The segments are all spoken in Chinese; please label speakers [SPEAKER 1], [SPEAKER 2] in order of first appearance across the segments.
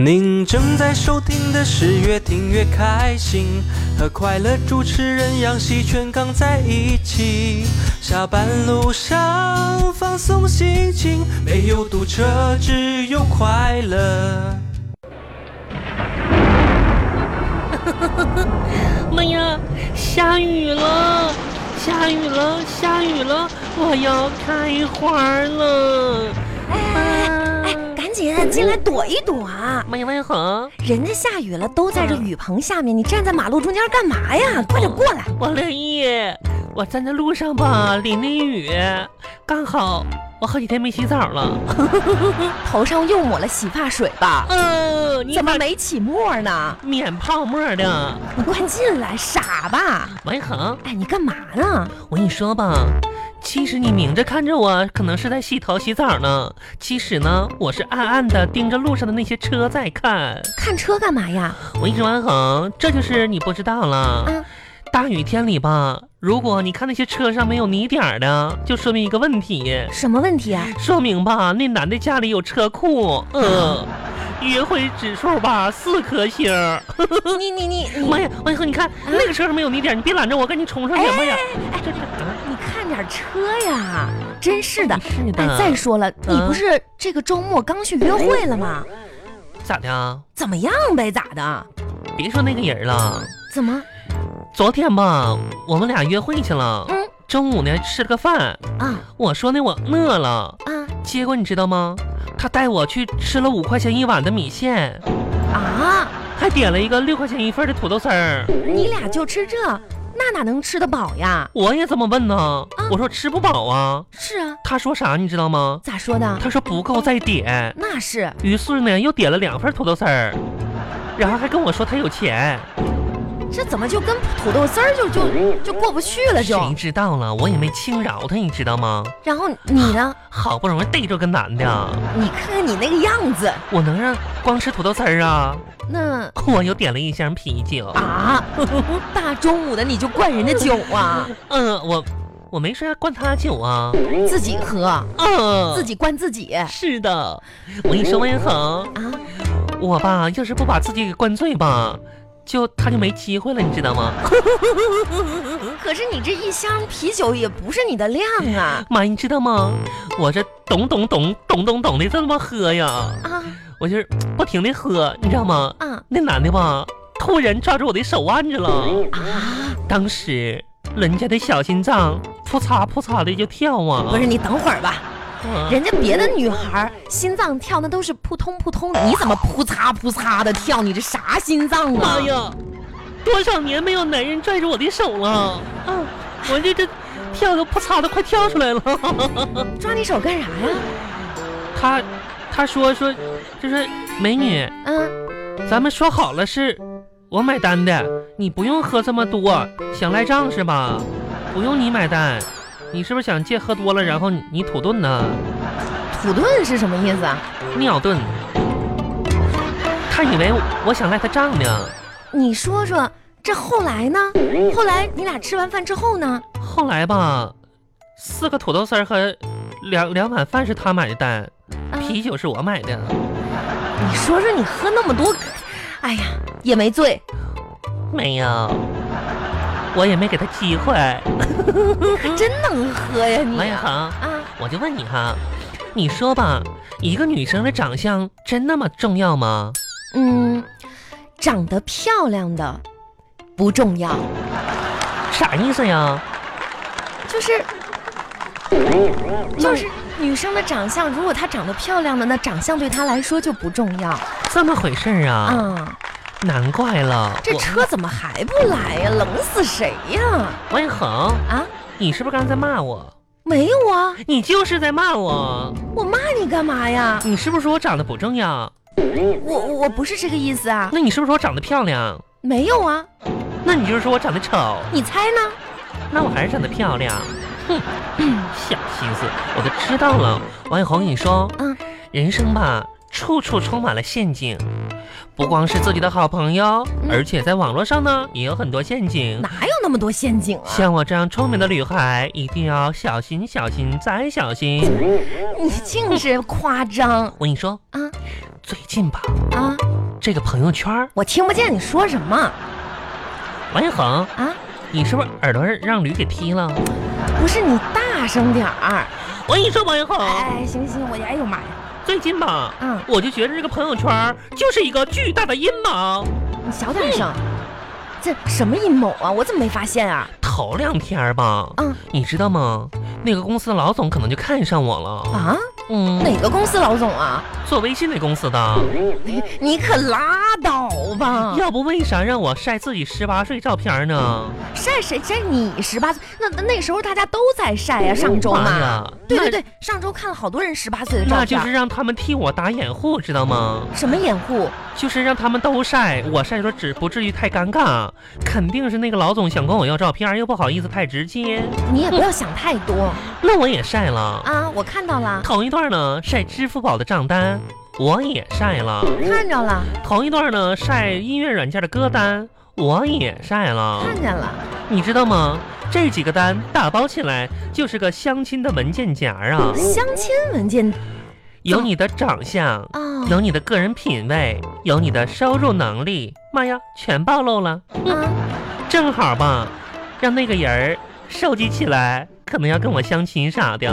[SPEAKER 1] 您正在收听的是越听越开心，和快乐主持人杨喜全刚在一起。下班路上放松心情，没有堵车，只有快乐。
[SPEAKER 2] 妈呀，下雨了，下雨了，下雨了，我要开花了！
[SPEAKER 3] 哎哎，赶紧进来躲一躲啊！
[SPEAKER 2] 妈呀，万恒，
[SPEAKER 3] 人家下雨了，都在这雨棚下面，你站在马路中间干嘛呀？快点过来！
[SPEAKER 2] 我乐意，我站在路上吧，淋淋雨，刚好我好几天没洗澡了。
[SPEAKER 3] 头上又抹了洗发水吧？
[SPEAKER 2] 嗯、你
[SPEAKER 3] 怎么
[SPEAKER 2] 把
[SPEAKER 3] 没起沫呢？
[SPEAKER 2] 免泡沫的？
[SPEAKER 3] 你快进来，傻吧？
[SPEAKER 2] 王一恒，
[SPEAKER 3] 哎，你干嘛呢？
[SPEAKER 2] 我跟你说吧，其实你明着看着我，可能是在洗头洗澡呢。其实呢，我是暗暗的盯着路上的那些车在看。
[SPEAKER 3] 看车干嘛呀？
[SPEAKER 2] 我跟你说，安恒，这就是你不知道了。
[SPEAKER 3] 嗯
[SPEAKER 2] 大雨天里吧，如果你看那些车上没有泥点儿的，就说明一个问题，
[SPEAKER 3] 什么问题 啊？
[SPEAKER 2] 说明吧，那男的家里有车库。 呃，约会指数吧，四颗星儿。
[SPEAKER 3] 你你你你
[SPEAKER 2] 妈呀，王一恒，你看
[SPEAKER 3] 嗯
[SPEAKER 2] 那个车上没有泥点儿，你别拦着我，赶紧冲上去！妈
[SPEAKER 3] 哎
[SPEAKER 2] 呀，这这啊
[SPEAKER 3] 你看点车呀！真是的。
[SPEAKER 2] 是
[SPEAKER 3] 哎，
[SPEAKER 2] 的，
[SPEAKER 3] 再说了，你不是这个周末刚去约会了吗？
[SPEAKER 2] 咋的啊？
[SPEAKER 3] 怎么样呗？咋的？
[SPEAKER 2] 别说那个人了，
[SPEAKER 3] 怎么？
[SPEAKER 2] 昨天吧，我们俩约会去了，
[SPEAKER 3] 嗯
[SPEAKER 2] 中午呢吃了个饭，
[SPEAKER 3] 啊
[SPEAKER 2] 我说呢我饿了，
[SPEAKER 3] 啊
[SPEAKER 2] 结果你知道吗？他带我去吃了五块钱一碗的米线，
[SPEAKER 3] 啊！
[SPEAKER 2] 还点了一个六块钱一份的土豆丝儿。
[SPEAKER 3] 你俩就吃这，那哪能吃得饱呀？
[SPEAKER 2] 我也这么问
[SPEAKER 3] 啊
[SPEAKER 2] 呢，我说吃不饱啊。
[SPEAKER 3] 是啊，
[SPEAKER 2] 他说啥你知道吗？
[SPEAKER 3] 咋说的？
[SPEAKER 2] 他说不够再点，
[SPEAKER 3] 那是
[SPEAKER 2] 于是呢又点了两份土豆丝儿，然后还跟我说他有钱。
[SPEAKER 3] 这怎么就跟土豆丝儿就就就过不去了就？
[SPEAKER 2] 谁知道了，我也没轻饶他，你知道吗？
[SPEAKER 3] 然后你呢？
[SPEAKER 2] 好不容易逮着个男的，
[SPEAKER 3] 你看看你那个样子，
[SPEAKER 2] 我能让光吃土豆丝儿啊？
[SPEAKER 3] 那
[SPEAKER 2] 我又点了一箱啤酒。
[SPEAKER 3] 啊， 大中午的你就灌人家酒啊，
[SPEAKER 2] 嗯、我我没说要灌他酒啊。
[SPEAKER 3] 自己喝，
[SPEAKER 2] 嗯、
[SPEAKER 3] 自己灌自己啊。
[SPEAKER 2] 是的，我跟你说，王彦恒，我吧，要是不把自己给灌醉吧，就他就没机会了，你知道吗？
[SPEAKER 3] 可是你这一箱啤酒也不是你的量啊
[SPEAKER 2] 妈，你知道吗？我这咚咚咚咚咚咚的这么喝呀，
[SPEAKER 3] 啊
[SPEAKER 2] 我就是不停的喝，你知道吗？
[SPEAKER 3] 啊
[SPEAKER 2] 那男的吧，突然抓住我的手腕子了，
[SPEAKER 3] 啊！
[SPEAKER 2] 当时人家的小心脏扑嚓扑嚓的就跳啊，
[SPEAKER 3] 不是你等会儿吧，
[SPEAKER 2] 啊，
[SPEAKER 3] 人家别的女孩儿心脏跳那都是扑通扑通的，你怎么扑嚓扑嚓的跳？你这啥心脏啊
[SPEAKER 2] 妈？呀，多少年没有男人拽着我的手了，
[SPEAKER 3] 嗯
[SPEAKER 2] 啊，我这这跳都扑嚓都快跳出来了。
[SPEAKER 3] 抓你手干啥呀？
[SPEAKER 2] 他他说说，就说美女，
[SPEAKER 3] 嗯，
[SPEAKER 2] 咱们说好了是我买单的，你不用喝这么多，想赖账是吧？不用你买单，你是不是想借喝多了，然后你你土遁呢？
[SPEAKER 3] 土遁是什么意思啊？
[SPEAKER 2] 尿遁？他以为我想赖他账呢。
[SPEAKER 3] 你说说，这后来呢？后来你俩吃完饭之后呢？
[SPEAKER 2] 后来吧，四个土豆丝儿和两两碗饭是他买的单，
[SPEAKER 3] 啊
[SPEAKER 2] 啤酒是我买的。
[SPEAKER 3] 你说说你喝那么多，哎呀，也没醉，
[SPEAKER 2] 没有，我也没给他机会。嗯
[SPEAKER 3] 真能喝呀你
[SPEAKER 2] 王一
[SPEAKER 3] 啊！
[SPEAKER 2] 恒。
[SPEAKER 3] 啊
[SPEAKER 2] 我就问你哈，你说吧，一个女生的长相真那么重要吗？
[SPEAKER 3] 嗯，长得漂亮的不重要，
[SPEAKER 2] 啥意思呀？
[SPEAKER 3] 就是就是女生的长相，如果她长得漂亮的，那长相对她来说就不重要
[SPEAKER 2] 这么回事儿啊？
[SPEAKER 3] 啊。
[SPEAKER 2] 难怪了，
[SPEAKER 3] 这车怎么还不来呀？冷死谁呀？
[SPEAKER 2] 我万恒，
[SPEAKER 3] 啊，
[SPEAKER 2] 你是不是刚才在骂我？
[SPEAKER 3] 没有啊，
[SPEAKER 2] 你就是在骂我，
[SPEAKER 3] 我骂你干嘛呀？
[SPEAKER 2] 你是不是说我长得不重要？
[SPEAKER 3] 我我我不是这个意思啊，
[SPEAKER 2] 那你是不是说我长得漂亮？
[SPEAKER 3] 没有啊，
[SPEAKER 2] 那你就是说我长得丑？
[SPEAKER 3] 你猜呢？
[SPEAKER 2] 那我还是长得漂亮。哼，嗯小心思，我都知道了。王一红，你说，
[SPEAKER 3] 嗯，
[SPEAKER 2] 人生吧，处处充满了陷阱。不光是自己的好朋友，
[SPEAKER 3] 嗯
[SPEAKER 2] 而且在网络上呢，也有很多陷阱。
[SPEAKER 3] 哪有那么多陷阱啊？
[SPEAKER 2] 像我这样聪明的女孩，一定要小心、小心再小心。
[SPEAKER 3] 你净是夸张
[SPEAKER 2] 我跟你说，
[SPEAKER 3] 啊
[SPEAKER 2] 最近吧，
[SPEAKER 3] 啊！
[SPEAKER 2] 这个朋友圈儿，
[SPEAKER 3] 我听不见你说什么
[SPEAKER 2] 王一恒，
[SPEAKER 3] 啊！
[SPEAKER 2] 你是不是耳朵让驴给踢了？
[SPEAKER 3] 不是你大声点儿！
[SPEAKER 2] 我跟你说，王一恒，
[SPEAKER 3] 哎，行行，我哎呦妈呀！
[SPEAKER 2] 最近吧，
[SPEAKER 3] 嗯
[SPEAKER 2] 我就觉得这个朋友圈儿就是一个巨大的阴谋。
[SPEAKER 3] 你小点声，啊这什么阴谋啊？我怎么没发现啊？
[SPEAKER 2] 头两天儿吧，
[SPEAKER 3] 嗯
[SPEAKER 2] 你知道吗？那个公司的老总可能就看上我了。
[SPEAKER 3] 啊，
[SPEAKER 2] 嗯，
[SPEAKER 3] 哪个公司老总啊？
[SPEAKER 2] 做微信那公司的，
[SPEAKER 3] 你可拉倒吧！
[SPEAKER 2] 要不为啥让我晒自己十八岁照片呢？
[SPEAKER 3] 晒谁晒你十八岁？那那那时候大家都在晒呀、上周
[SPEAKER 2] 妈
[SPEAKER 3] 嘛
[SPEAKER 2] 呀。
[SPEAKER 3] 啊对
[SPEAKER 2] 那
[SPEAKER 3] 对啊对，上周看了好多人十八岁的照
[SPEAKER 2] 那就
[SPEAKER 3] 片。
[SPEAKER 2] 是让他们替我打掩护，知道吗？
[SPEAKER 3] 什么掩护？
[SPEAKER 2] 就是让他们都晒，我晒说只不至于太尴尬。肯定是那个老总想管我要照片，又不好意思太直接，
[SPEAKER 3] 你也不要想太多
[SPEAKER 2] 那我也晒了。
[SPEAKER 3] 啊！我看到了，
[SPEAKER 2] 头一段呢晒支付宝的账单，我也晒了。
[SPEAKER 3] 看着了，
[SPEAKER 2] 头一段呢晒音乐软件的歌单，我也晒了。
[SPEAKER 3] 看见了。
[SPEAKER 2] 你知道吗？这几个单打包起来就是个相亲的文件夹啊，
[SPEAKER 3] 相亲文件
[SPEAKER 2] 有你的长相，
[SPEAKER 3] 啊
[SPEAKER 2] 有你的个人品味，有你的收入能力，妈呀，全暴露了！
[SPEAKER 3] 啊！
[SPEAKER 2] 正好吧，让那个人儿收集起来，可能要跟我相亲啥的。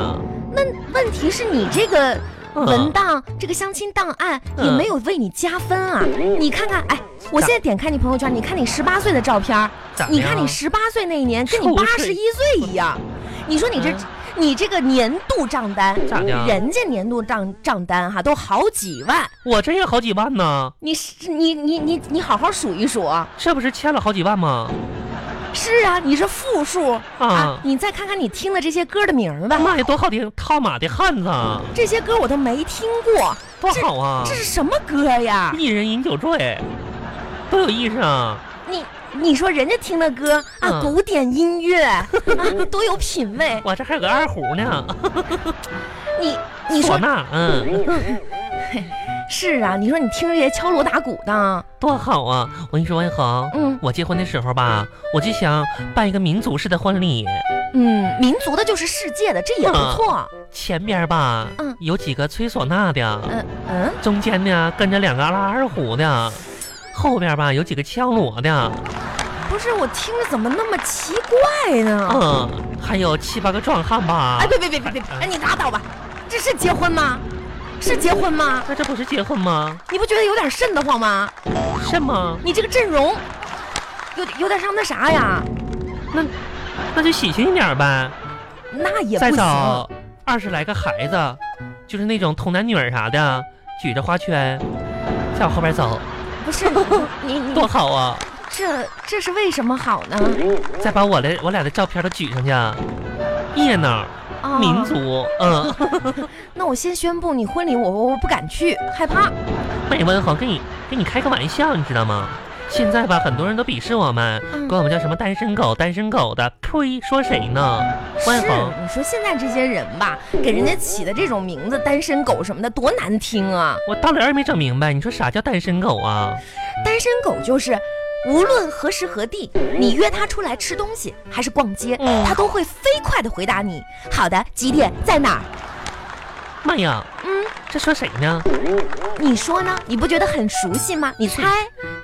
[SPEAKER 3] 那问题是你这个
[SPEAKER 2] 嗯
[SPEAKER 3] 文档，这个相亲档案
[SPEAKER 2] 嗯
[SPEAKER 3] 也没有为你加分啊！你看看，哎，我现在点开你朋友圈，你看你十八岁的照片，
[SPEAKER 2] 咋的
[SPEAKER 3] 你
[SPEAKER 2] 呀
[SPEAKER 3] 看你十八岁那一年跟你
[SPEAKER 2] 臭
[SPEAKER 3] 八
[SPEAKER 2] 岁
[SPEAKER 3] 十一岁一样，你说你这
[SPEAKER 2] 嗯
[SPEAKER 3] 你这个年度账单
[SPEAKER 2] 咋的啊呀，
[SPEAKER 3] 人家年度账账单哈都好几万，
[SPEAKER 2] 我这也好几万呢，
[SPEAKER 3] 你是你你你你好好数一数啊。
[SPEAKER 2] 这不是欠了好几万吗？
[SPEAKER 3] 是啊，你是负数啊
[SPEAKER 2] 啊！
[SPEAKER 3] 你再看看你听的这些歌的名儿吧，
[SPEAKER 2] 妈呀，多好听，套马的汉子，啊
[SPEAKER 3] 这些歌我都没听过，
[SPEAKER 2] 多好啊
[SPEAKER 3] 这！是什么歌呀？
[SPEAKER 2] 一人饮酒醉，多有意思啊！
[SPEAKER 3] 你你说人家听的歌啊，
[SPEAKER 2] 嗯
[SPEAKER 3] 古典 音乐啊，多有品味。
[SPEAKER 2] 我这还有个二胡呢，
[SPEAKER 3] 你你
[SPEAKER 2] 唢
[SPEAKER 3] 说
[SPEAKER 2] 呐，嗯，
[SPEAKER 3] 是啊？你说你听这些敲锣打鼓的，
[SPEAKER 2] 多好啊！我跟你说，王一恒，
[SPEAKER 3] 嗯
[SPEAKER 2] 我结婚的时候吧，我就想办一个民族式的婚礼，
[SPEAKER 3] 嗯，民族的就是世界的，这
[SPEAKER 2] 嗯
[SPEAKER 3] 也不错。
[SPEAKER 2] 前边吧，
[SPEAKER 3] 嗯
[SPEAKER 2] 有几个吹唢呐的，
[SPEAKER 3] 嗯嗯，
[SPEAKER 2] 中间呢跟着两个拉二胡的，后边吧有几个敲锣的，
[SPEAKER 3] 不是，我听着怎么那么奇怪呢？
[SPEAKER 2] 嗯，还有七八个壮汉吧
[SPEAKER 3] 哎，。别别别别别，哎，你拉倒吧，这是结婚吗？是结婚吗？
[SPEAKER 2] 那这不是结婚吗？
[SPEAKER 3] 你不觉得有点瘆得慌吗？
[SPEAKER 2] 是吗？
[SPEAKER 3] 你这个阵容有有点像那啥呀？
[SPEAKER 2] 那那就喜庆一点呗，
[SPEAKER 3] 那也不
[SPEAKER 2] 再
[SPEAKER 3] 行。
[SPEAKER 2] 找二十来个孩子，就是那种童男女儿啥的，举着花圈，在我后边走，
[SPEAKER 3] 不是你你
[SPEAKER 2] 多好啊！
[SPEAKER 3] 这这是为什么好呢？
[SPEAKER 2] 再把我的我俩的照片都举上去，热闹
[SPEAKER 3] 啊
[SPEAKER 2] 民。族，嗯，
[SPEAKER 3] 那我先宣布，你婚礼我我我不敢去，害怕。
[SPEAKER 2] 美文好跟你跟你开个玩笑，你知道吗？现在吧，很多人都鄙视我们，
[SPEAKER 3] 嗯
[SPEAKER 2] 管我们叫什么单身狗、单身狗的，呸，说谁呢？
[SPEAKER 3] 是，
[SPEAKER 2] 万恒，
[SPEAKER 3] 你说现在这些人吧，给人家起的这种名字，单身狗什么的，多难听啊！
[SPEAKER 2] 我道理儿也没整明白，你说啥叫单身狗啊？
[SPEAKER 3] 单身狗就是。无论何时何地，你约他出来吃东西还是逛街，
[SPEAKER 2] 嗯
[SPEAKER 3] 他都会飞快的回答你：“好的，几点，在哪儿。
[SPEAKER 2] 妈呀，”
[SPEAKER 3] 嗯，
[SPEAKER 2] 这说谁呢？
[SPEAKER 3] 你说呢？你不觉得很熟悉吗？你猜，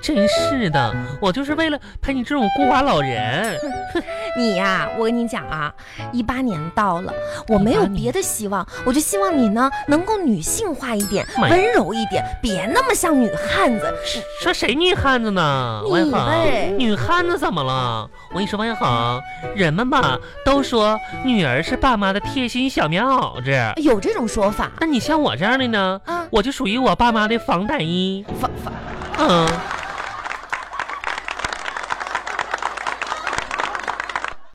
[SPEAKER 2] 真是的，我就是为了陪你这种孤寡老人。
[SPEAKER 3] 你呀、我跟你讲啊，一八年到了，我没有
[SPEAKER 2] 18年
[SPEAKER 3] 别的希望，我就希望你呢能够女性化一点，
[SPEAKER 2] 妈呀
[SPEAKER 3] 温柔一点，别那么像女汉子。
[SPEAKER 2] 说谁女汉子呢？
[SPEAKER 3] 你
[SPEAKER 2] 王一
[SPEAKER 3] 呗
[SPEAKER 2] 恒，女汉子怎么了？我跟你说，王一恒，人们吧都说女儿是爸妈的贴心小棉袄子，
[SPEAKER 3] 有这种说法
[SPEAKER 2] 那你像我这样的呢，
[SPEAKER 3] 啊？
[SPEAKER 2] 我就属于我爸妈的防弹衣。
[SPEAKER 3] 防防
[SPEAKER 2] 嗯，